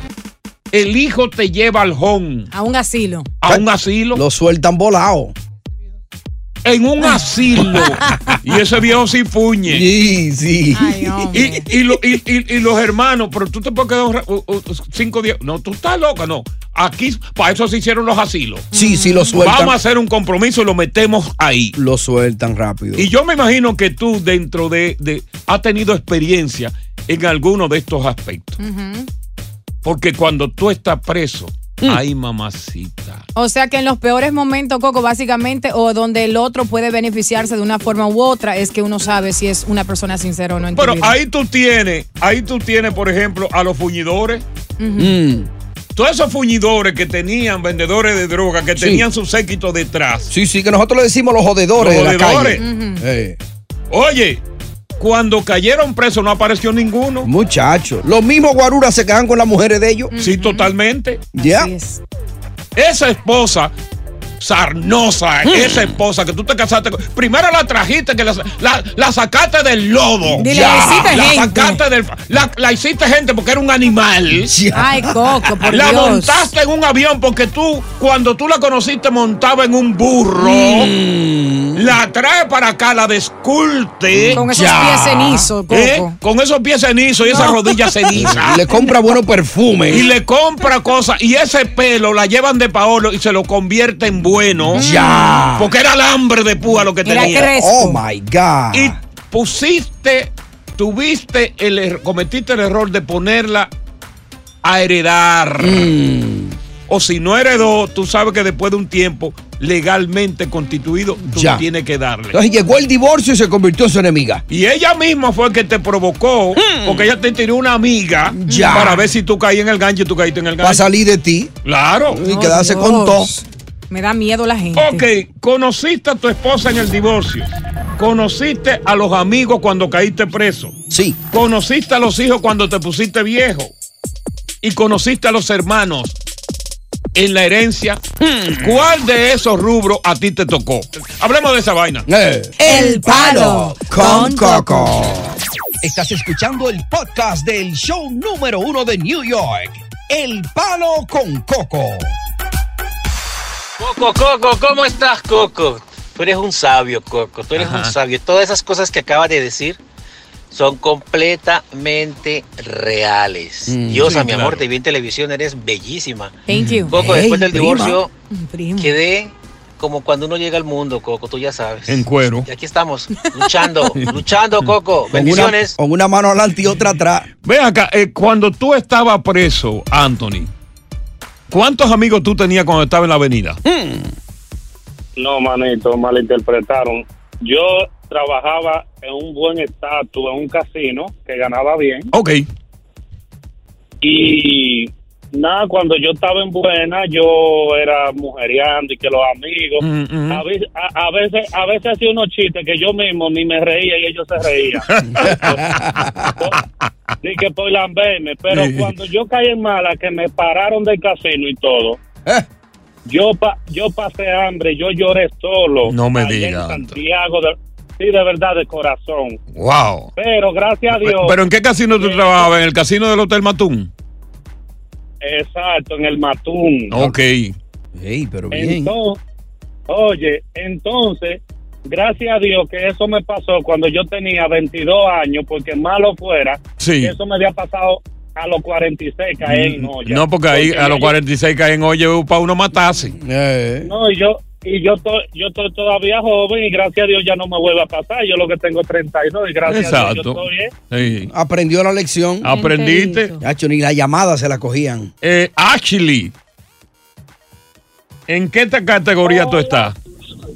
S2: el hijo te lleva al home,
S5: A un asilo.
S2: a un asilo,
S3: Lo sueltan volado.
S2: en un asilo. y ese viejo sí puñe.
S3: Sí, sí.
S5: Ay, hombre.
S2: Y, y lo- y- y- y los hermanos, pero tú te puedes quedar un ra- u- u- cinco días. No, tú estás loca, no. Aquí, para eso se hicieron los asilos.
S3: Sí, sí, lo sueltan.
S2: Vamos a hacer un compromiso y lo metemos ahí.
S3: Lo sueltan rápido.
S2: Y yo me imagino que tú, dentro de. de has tenido experiencia en alguno de estos aspectos.
S5: Ujú.
S2: Porque cuando tú estás preso,
S5: Mm.
S2: ay, mamacita.
S5: O sea que en los peores momentos, Coco, básicamente, o donde el otro puede beneficiarse de una forma u otra, es que uno sabe si es una persona sincera o no. en tu
S2: Pero
S5: vida.
S2: ahí tú tienes, ahí tú tienes, por ejemplo, a los fuñidores.
S3: Mm.
S2: Todos esos fuñidores que tenían vendedores de droga, que
S3: Sí.
S2: tenían su séquito detrás.
S3: Sí, sí, que nosotros le decimos los jodedores
S2: Los
S3: de la
S2: jodedores.
S3: calle. Eh,
S2: Oye, cuando cayeron presos no apareció ninguno.
S3: muchachos. Los mismos guaruras se quedan con las mujeres de ellos.
S2: Sí, totalmente.
S5: Así
S3: Ya.
S5: es.
S2: Esa esposa sarnosa,
S5: Mm.
S2: esa esposa que tú te casaste con. Primero la trajiste, que la, la- la sacaste del lobo.
S5: Dile,
S2: Ya.
S5: la hiciste
S2: La
S5: gente.
S2: sacaste del. La, la hiciste gente porque era un animal.
S3: Ya.
S5: Ay, Coco, por
S2: La
S5: Dios.
S2: montaste en un avión porque tú, cuando tú la conociste, montaba en un burro. La trae para acá, la desculte.
S5: Mm. Con esos
S2: Ya.
S5: pies cenizos, Coco.
S2: ¿Eh? Con esos pies cenizos y esas rodillas cenizas.
S3: Y le compra buenos
S2: Y
S3: perfumes.
S2: le compra cosas. Y ese pelo la llevan de Paolo y se lo convierte en bueno.
S3: Ya.
S2: Porque era alambre de púa lo que
S5: Era
S2: tenía.
S5: crespo.
S3: Oh my God.
S2: Y pusiste, tuviste, el, er- cometiste el error de ponerla a heredar.
S3: Mm.
S2: O si no heredó, tú sabes que después de un tiempo legalmente constituido, tú
S3: Ya.
S2: tienes que darle.
S3: Entonces llegó el divorcio y se convirtió en su enemiga. Mm.
S2: Y ella misma fue que te provocó, porque ella te tiró una amiga
S3: Ya.
S2: para ver si tú caías en el gancho y tú caíste en el
S3: Va a
S2: gancho.
S3: salir de ti
S2: Claro.
S3: y
S5: Oh,
S3: quedarse con
S5: Dios.
S3: todo.
S5: Me da miedo la gente.
S2: Ok, conociste a tu esposa en el divorcio. Conociste a los amigos cuando caíste preso.
S3: Sí.
S2: Conociste a los hijos cuando te pusiste viejo. Y conociste a los hermanos. en la herencia,
S3: Mm.
S2: ¿cuál de esos rubros a ti te tocó? Hablemos de esa vaina.
S3: Eh. El Palo con Coco. Estás escuchando el podcast del show número uno de New York. El Palo con Coco.
S12: Coco, Coco, ¿cómo estás, Coco? Tú eres un sabio, Coco, tú eres un sabio. Todas esas cosas que acabas de decir son completamente reales.
S13: Mm,
S12: Diosa,
S13: sí,
S12: mi amor,
S13: claro.
S12: te vi en televisión, eres bellísima.
S5: Thank you.
S12: Coco,
S5: Hey,
S12: después del
S5: prima.
S12: divorcio, quedé como cuando uno llega al mundo, Coco, tú ya sabes.
S3: En cuero.
S12: Y aquí estamos, luchando, luchando, Coco. Bendiciones.
S3: Con una mano adelante y otra atrás.
S2: Ve acá, eh, cuando tú estabas preso, Anthony, ¿cuántos amigos tú tenías cuando estabas en la avenida?
S3: Hmm.
S14: No, manito, malinterpretaron. Yo trabajaba en un buen estatus, en un casino que ganaba bien.
S2: Ok.
S14: Y nada, cuando yo estaba en buena, yo era mujeriando y que los amigos.
S2: Mm, mm.
S14: a, veces, a, a veces, a veces hacía unos chistes que yo mismo ni me reía y ellos se reían. Ni que por lamberme. Pero cuando yo caí en mala, que me pararon del casino y todo.
S2: Eh.
S14: Yo, pa- yo pasé hambre, yo lloré solo.
S2: No me
S14: allá en
S2: diga,
S14: Santiago, de- sí, de verdad, de corazón.
S2: Wow.
S14: Pero gracias a Dios.
S2: ¿Pero en qué casino tú trabajabas? ¿En el casino del Hotel Matún?
S14: Exacto, en el Matún.
S2: Ok.
S3: pero
S14: Entonces, oye, entonces, gracias a Dios que eso me pasó cuando yo tenía 22 años, porque malo fuera,
S2: Sí.
S14: que eso me había pasado a los 46 caer en olla.
S2: Mm, No, porque ahí a los
S14: yo-
S2: 46 caen oye para uno matarse.
S3: Eh.
S14: No, y yo y yo to- yo estoy todavía joven y gracias a Dios ya no me vuelve a pasar. Yo lo que tengo es 32 y gracias a Dios yo
S2: Exacto.
S14: estoy, eh,
S3: Aprendió la lección.
S2: Aprendiste.
S3: Chacho, ni la llamada se la cogían.
S2: Eh, Ashley, ¿en qué ta- categoría tú estás?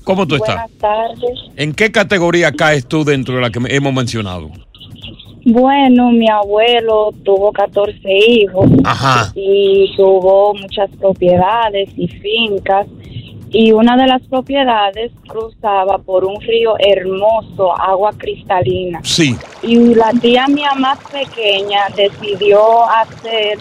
S2: ¿Cómo tú estás?
S15: tardes.
S2: ¿En qué categoría caes tú dentro de la que hemos mencionado?
S15: Bueno, mi abuelo tuvo 14 hijos
S2: Ajá.
S15: y tuvo muchas propiedades y fincas. Y una de las propiedades cruzaba por un río hermoso, agua cristalina.
S2: Sí.
S15: Y la tía mía más pequeña decidió hacer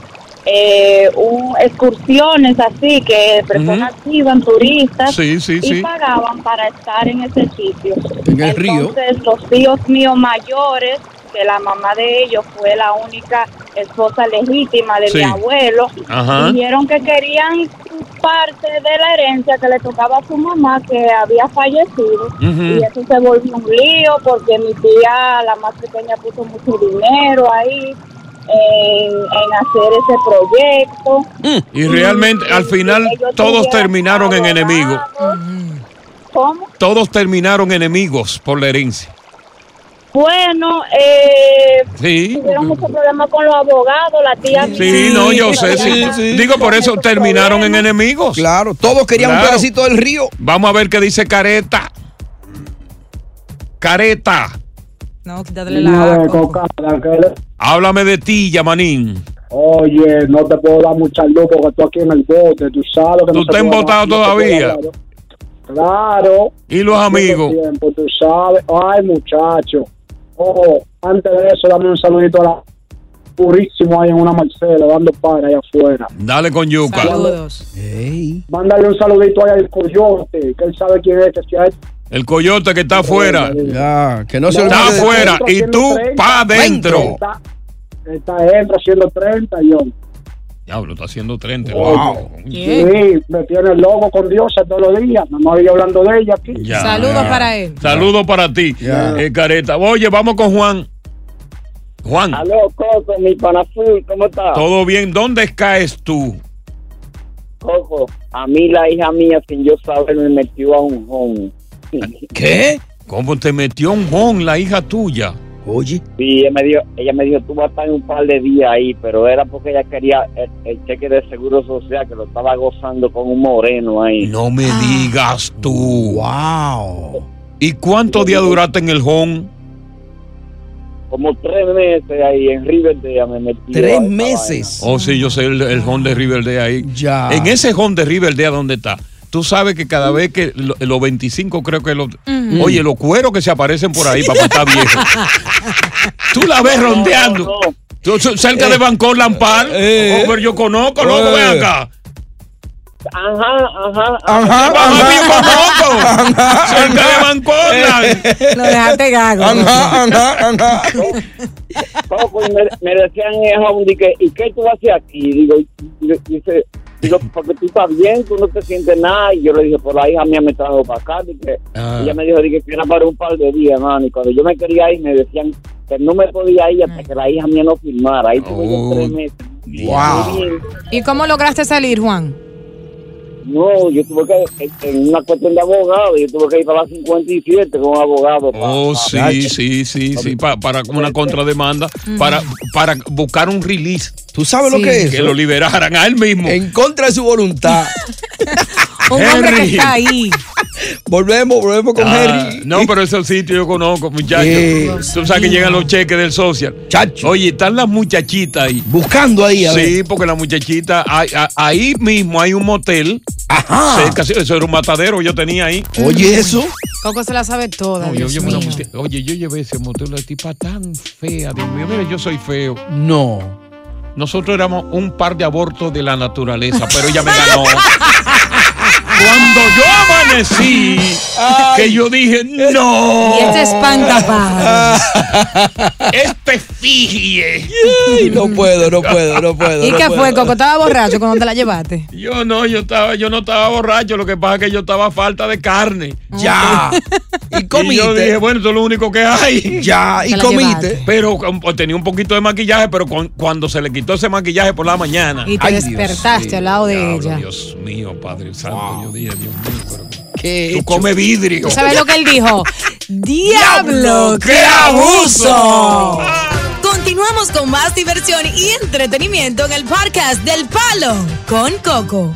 S15: eh, un- excursiones así, que personas iban, turistas,
S2: Sí, sí,
S15: y
S2: sí.
S15: pagaban para estar en ese sitio.
S2: En el río.
S15: Entonces, los tíos míos mayores, que la mamá de ellos fue la única esposa legítima de
S16: Sí.
S15: mi abuelo,
S16: Ajá.
S15: dijeron que querían parte de la herencia que le tocaba a su mamá, que había fallecido.
S16: Ujú.
S15: Y eso se volvió un lío porque mi tía, la más pequeña, puso mucho dinero ahí en, en hacer ese proyecto.
S2: Y realmente al final
S15: ellos
S2: todos
S15: tuvieron
S2: terminaron en enemigos.
S15: ¿Cómo?
S2: Todos terminaron enemigos por la herencia.
S15: Bueno, eh,
S2: Sí.
S15: tuvieron mucho problema con los abogados, la tía.
S2: Sí, no, yo sé. sí. Digo, por eso terminaron en enemigos.
S3: Claro, todos querían un pedacito del río.
S2: Vamos a ver qué dice Careta. Careta,
S5: No, quítatele la A, Coco.
S2: háblame de ti, Yamanín.
S17: Oye, no te puedo dar mucha luz porque tú aquí en el bote, tú sabes que
S2: ¿Tú
S17: no te puedo dar-
S2: estás embotado
S17: no te puedo
S2: todavía?
S17: dar luz. Claro.
S2: ¿Y los amigos?
S17: Mucho tiempo, tú sabes. Ay, muchacho. Ojo, antes de eso, dame un saludito a la purísimo ahí en una Marcela, dando para allá afuera.
S2: Dale con yuca.
S17: Mándale un saludito ahí al coyote, que él sabe quién es, que si hay-
S2: El coyote que está afuera.
S3: que
S17: no se
S2: Está
S17: olvide de-
S2: afuera y
S17: Haciendo
S2: tú
S17: treinta.
S2: pa' adentro.
S17: Está, está dentro haciendo 30 y yo.
S2: Diablo, está haciendo 30.
S17: Wow. Sí, me tiene loco con Dios todos los días. No me voy hablando de ella aquí.
S2: Ya.
S5: él.
S2: Saludos para ti, eh, Careta. Oye, vamos con Juan. Juan,
S18: Aló, Coco, mi panafú, ¿cómo estás?
S2: todo bien. ¿Dónde caes tú?
S18: Coco, a mí la hija mía, sin yo saber, me metió a un home.
S2: ¿Qué? ¿Cómo te metió un Juan, la hija tuya?
S3: Oye.
S18: Sí, ella me, dijo, ella me dijo, tú vas a estar un par de días ahí, pero era porque ella quería el, el cheque de seguro social, que lo estaba gozando con un moreno ahí.
S2: No me digas tú.
S3: Wow.
S2: ¿Y cuántos días duraste en el home?
S18: Como tres meses ahí en Riverdale me metió.
S2: Tres
S18: meses.
S2: Oh, sí, yo sé el, el home de Riverdale ahí.
S3: Ya.
S2: En ese home de Riverdale, ¿dónde está? Tú sabes que cada vez que lo- los 25 creo que los...
S3: Mm.
S2: Oye, los cueros que se aparecen por ahí para matar viejos. Tú la ves rondeando.
S11: Eh,
S2: Tú- tú- cerca de Bancor Lampar. Oh, pero yo conozco, loco,
S3: Eh.
S2: ven acá.
S11: Ajá, ajá.
S13: Ajá, ajá. Ajá,
S2: Suelta de
S13: Mancorland.
S5: Lo dejaste gago.
S13: Ajá, ajá, ajá.
S18: Coco, y me, me decían "Eh, en Home, dije, ¿y qué tú haces aquí? Digo, y- y- dice, digo, porque tú estás bien, tú no te sientes nada. Y yo le dije, por la hija mía me trajo para acá. Dije,
S13: Ah.
S18: y Ella me dijo, dije, que era para un par de días, mano. Y cuando yo me quería ir, me decían que no me podía ir hasta que la hija mía no firmara. Ahí tuve yo
S2: Oh.
S18: tres meses. Muy bien.
S5: ¿Y cómo lograste salir, Juan?
S18: No, yo tuve que, en- en una cuestión de abogado, yo tuve que ir para la 57 con un abogado. pa-
S2: Oh,
S18: pa-
S2: sí, sí, sí, sí, pa- para una contrademanda,
S18: Ujú.
S2: para, para buscar un release.
S3: ¿Tú sabes lo Sí. que es
S2: Que
S3: eso?
S2: lo liberaran a él mismo.
S3: En contra de su voluntad.
S5: Un hombre que está ahí.
S3: Volvemos, volvemos con
S2: Ah, No, pero esos sitios yo conozco, muchachos.
S3: Sí.
S2: Tú sabes que llegan los cheques del social. Oye, están las muchachitas ahí.
S3: Buscando ahí, a
S2: Sí,
S3: ver.
S2: porque las muchachitas, ahí, a- ahí mismo hay un motel.
S3: Ajá.
S2: Cerca, sí, eso era un matadero, yo tenía ahí.
S3: Oye, eso.
S5: Coco se la sabe toda.
S2: Oye,
S5: Dios
S2: oye,
S5: mío.
S2: una mujer- oye, yo llevé ese motel, la tipa tan fea, Dios mío. Mira, yo soy feo.
S3: No.
S2: Nosotros éramos un par de abortos de la naturaleza, pero ella me ganó. Cuando yo amanecí, que yo dije, no.
S5: Y este espantapájaros.
S2: Este efigie.
S3: Ay, no puedo, no puedo, no puedo.
S5: ¿Y
S2: no
S5: qué
S2: puedo.
S5: fue, Coco? ¿Estaba borracho cuando te la llevaste?
S2: Yo no, yo estaba, yo no estaba borracho, lo que pasa es que yo estaba a falta de carne.
S5: Ah.
S3: Ya. y
S2: comiste. yo dije, bueno, eso es lo único que hay.
S3: Ya, y Te la comiste. llevaste.
S2: Pero con- pues, tenía un poquito de maquillaje, pero con- cuando se le quitó ese maquillaje por la mañana.
S5: Y te
S2: Ay, Dios
S5: despertaste al lado de ella.
S2: mío, Padre Santo, yo dije, Dios mío, pero tú comes vidrio.
S5: ¿Tú sabes lo que él dijo? ¡Diablo!
S2: ¡Qué abuso!
S4: Continuamos con más diversión y entretenimiento en el podcast del Palo con Coco.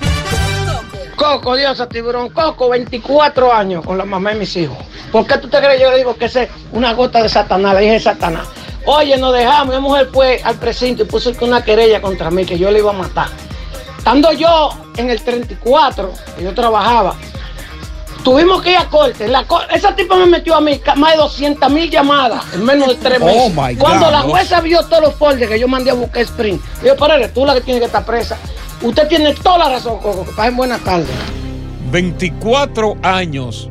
S16: Coco, Dios, tiburón, Coco, 24 años con la mamá de mis hijos. ¿Por qué tú te crees? Yo le digo que esa es una gota de Satanás, le dije Satanás. Oye, nos dejamos, mi mujer fue al precinto y puso que una querella contra mí, que yo le iba a matar. Estando yo en el 34, que yo trabajaba, tuvimos que ir a corte. La cor- esa tipa me metió a mí ca- más de 200 mil llamadas en menos de tres
S3: Oh,
S16: meses.
S3: my God.
S16: Cuando la jueza vio todos los folders que yo mandé a buscar Sprint, dijo, pero eres tú la que tiene que estar presa. Usted tiene toda la razón, Coco, que pasen buenas tardes.
S2: 24 años.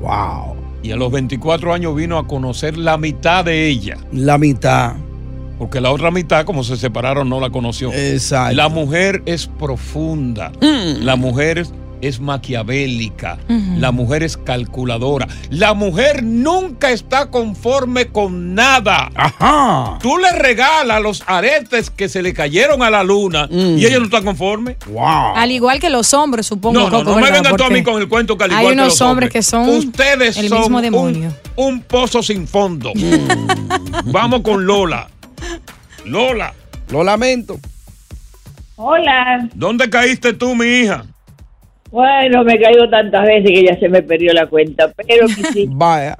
S3: Wow.
S2: Y a los 24 años vino a conocer la mitad de ella.
S3: La mitad.
S2: Porque la otra mitad, como se separaron, no la conoció.
S3: Exacto.
S2: La mujer es profunda. La mujer es, es maquiavélica.
S3: Ujú.
S2: La mujer es calculadora. La mujer nunca está conforme con nada.
S3: Ajá.
S2: Tú le regalas los aretes que se le cayeron a la luna y ella no está conforme.
S3: Wow.
S5: Al igual que los hombres, supongo,
S2: No, no,
S5: Coco,
S2: no me
S5: ¿verdad?
S2: vengan tú a mí
S5: Porque
S2: con el cuento que al igual
S5: Hay
S2: que
S5: unos
S2: los
S5: hombres que son
S2: Ustedes
S5: el
S2: son
S5: mismo
S2: un-
S5: demonio.
S2: Un, pozo sin fondo. Vamos con Lola. Lola,
S3: Mm. Lo lamento.
S19: Hola.
S2: ¿dónde caíste tú, mi hija?
S19: Bueno, me he caído tantas veces que ya se me perdió la cuenta, pero que sí.
S3: Vaya.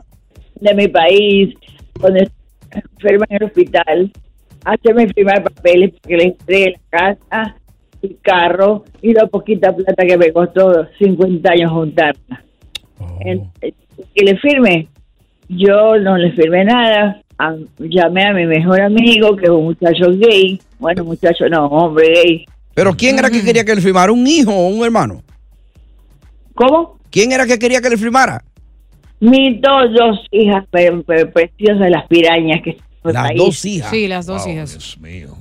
S19: De mi país, donde estoy enferma en el hospital, hacerme firmar papeles porque le entregué la casa, el carro y la poquita plata que me costó 50 años juntarla. En- eh, que le firme. Yo no le firmé nada. A- llamé a mi mejor amigo, que es un muchacho gay. Bueno, muchacho no, hombre gay.
S3: Pero ¿quién era que quería que le firmara? ¿Un hijo o un hermano?
S19: ¿Cómo?
S3: ¿Quién era que quería que le firmara?
S19: Mis dos, dos hijas pre- pre- preciosas, las pirañas que son
S3: Las
S19: ahí.
S3: dos hijas. Sí, las
S5: dos
S19: hijas.
S2: Dios
S19: mío.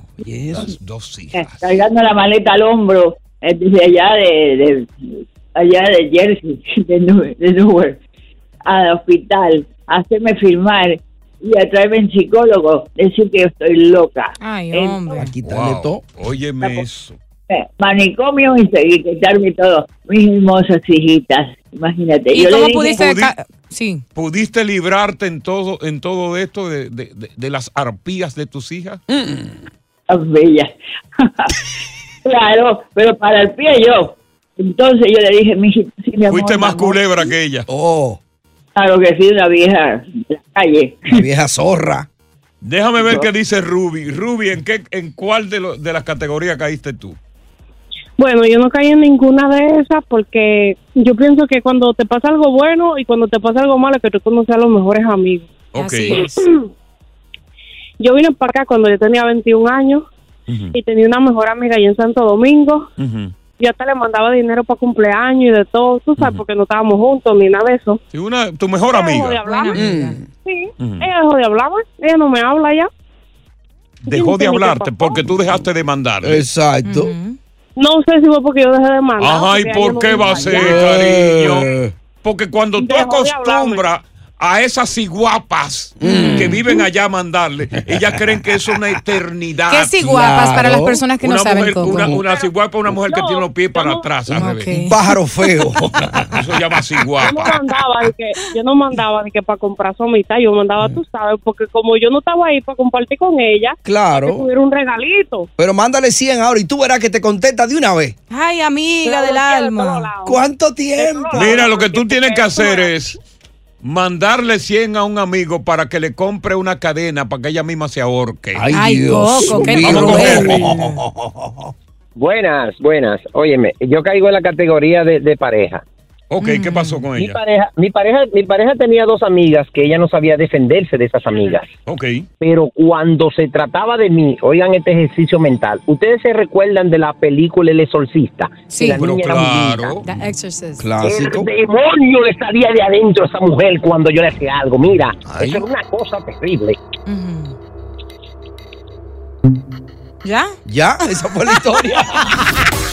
S2: Las dos hijas.
S19: Cargando la maleta al hombro eh, desde allá de, de- allá de Jersey, de, Nue- de Newark, al hospital, a hacerme firmar y a traerme en psicólogo, decir que yo estoy loca.
S5: Ay,
S19: En-
S5: hombre.
S2: Wow. Óyeme eso.
S19: eh, manicomio y seguir quitarme todo. Mis hermosas hijitas, imagínate.
S5: ¿Y
S19: yo le
S5: cómo
S19: dije-
S5: pudiste ca- Sí.
S2: ¿Pudiste librarte en todo, en todo esto de, de- de- de las arpías de tus hijas?
S19: Tan bella. claro, pero para el pie yo. Entonces yo le dije, mijito, sí, mi amor.
S2: Fuiste
S19: mi
S2: más
S19: amor".
S2: culebra que ella.
S3: Oh.
S19: Claro que sí, una vieja de la calle.
S3: La vieja zorra.
S2: Déjame ver qué dice Ruby. Ruby, ¿en, qué, en cuál de, lo- de las categorías caíste tú?
S20: Bueno, yo no caí en ninguna de esas porque yo pienso que cuando te pasa algo bueno y cuando te pasa algo malo es que tú conoces a los mejores amigos.
S2: Ok.
S20: Yo vine para acá cuando yo tenía 21 años y tenía una mejor amiga allá en Santo Domingo Yo hasta le mandaba dinero para cumpleaños y de todo, tú sabes, porque no estábamos juntos ni nada de eso.
S2: Sí, una, tu mejor
S20: Ella dejó de
S2: amiga.
S5: Ah,
S20: hablarme.
S2: Mm.
S20: Sí, ella dejó de hablarme, ella no me habla ya.
S2: Dejó de
S20: Ni qué
S2: hablarte porque tú dejaste de mandar. Exacto.
S5: Mm.
S20: No sé si fue porque yo dejé de mandar.
S5: Ah,
S2: Ajá, ¿y
S20: porque ella
S2: por
S20: no
S2: qué
S20: me
S2: va a
S20: mandaba.
S2: ser, cariño? Porque cuando tú
S20: Dejó de
S2: acostumbras a esas ciguapas que viven allá a mandarle, ellas creen que es una eternidad.
S5: ¿Qué ciguapas para las personas que no
S2: Una
S5: saben,
S2: mujer-
S5: Coco?
S2: Una, una ciguapa es una mujer que tiene los pies para atrás, al revés.
S5: Un
S2: pájaro feo. Eso se llama ciguapa.
S20: Yo no mandaba ni que, yo no mandaba ni que para comprar su amistad, yo mandaba, tú sabes, porque como yo no estaba ahí para compartir con ella,
S3: Claro.
S20: que tuviera un regalito.
S3: Pero mándale 100 ahora y tú verás que te contesta de una vez.
S5: Ay, amiga
S20: Yo
S5: del
S20: lo quiero de
S5: alma.
S3: ¿Cuánto tiempo?
S2: Mira, lo que tú tienes que hacer es mandarle 100 a un amigo para que le compre una cadena para que ella misma se ahorque.
S21: Ay, Ay, Dios Coco, qué mío. cruel. Buenas, buenas. Óyeme, yo caigo en la categoría de, de pareja.
S2: Ok, ¿qué pasó con
S21: Mi
S2: ella?
S21: pareja, mi pareja, mi pareja tenía dos amigas que ella no sabía defenderse de esas amigas.
S2: Ok.
S21: Pero cuando se trataba de mí, oigan este ejercicio mental. Ustedes se recuerdan de la película El Exorcista.
S5: Sí,
S21: Que la niña era muy linda.
S5: The Exorcist.
S21: El demonio le salía de adentro a esa mujer cuando yo le hacía algo. Mira,
S5: Ay.
S21: eso era una cosa terrible.
S5: ¿Ya?
S2: Ya, esa fue la historia.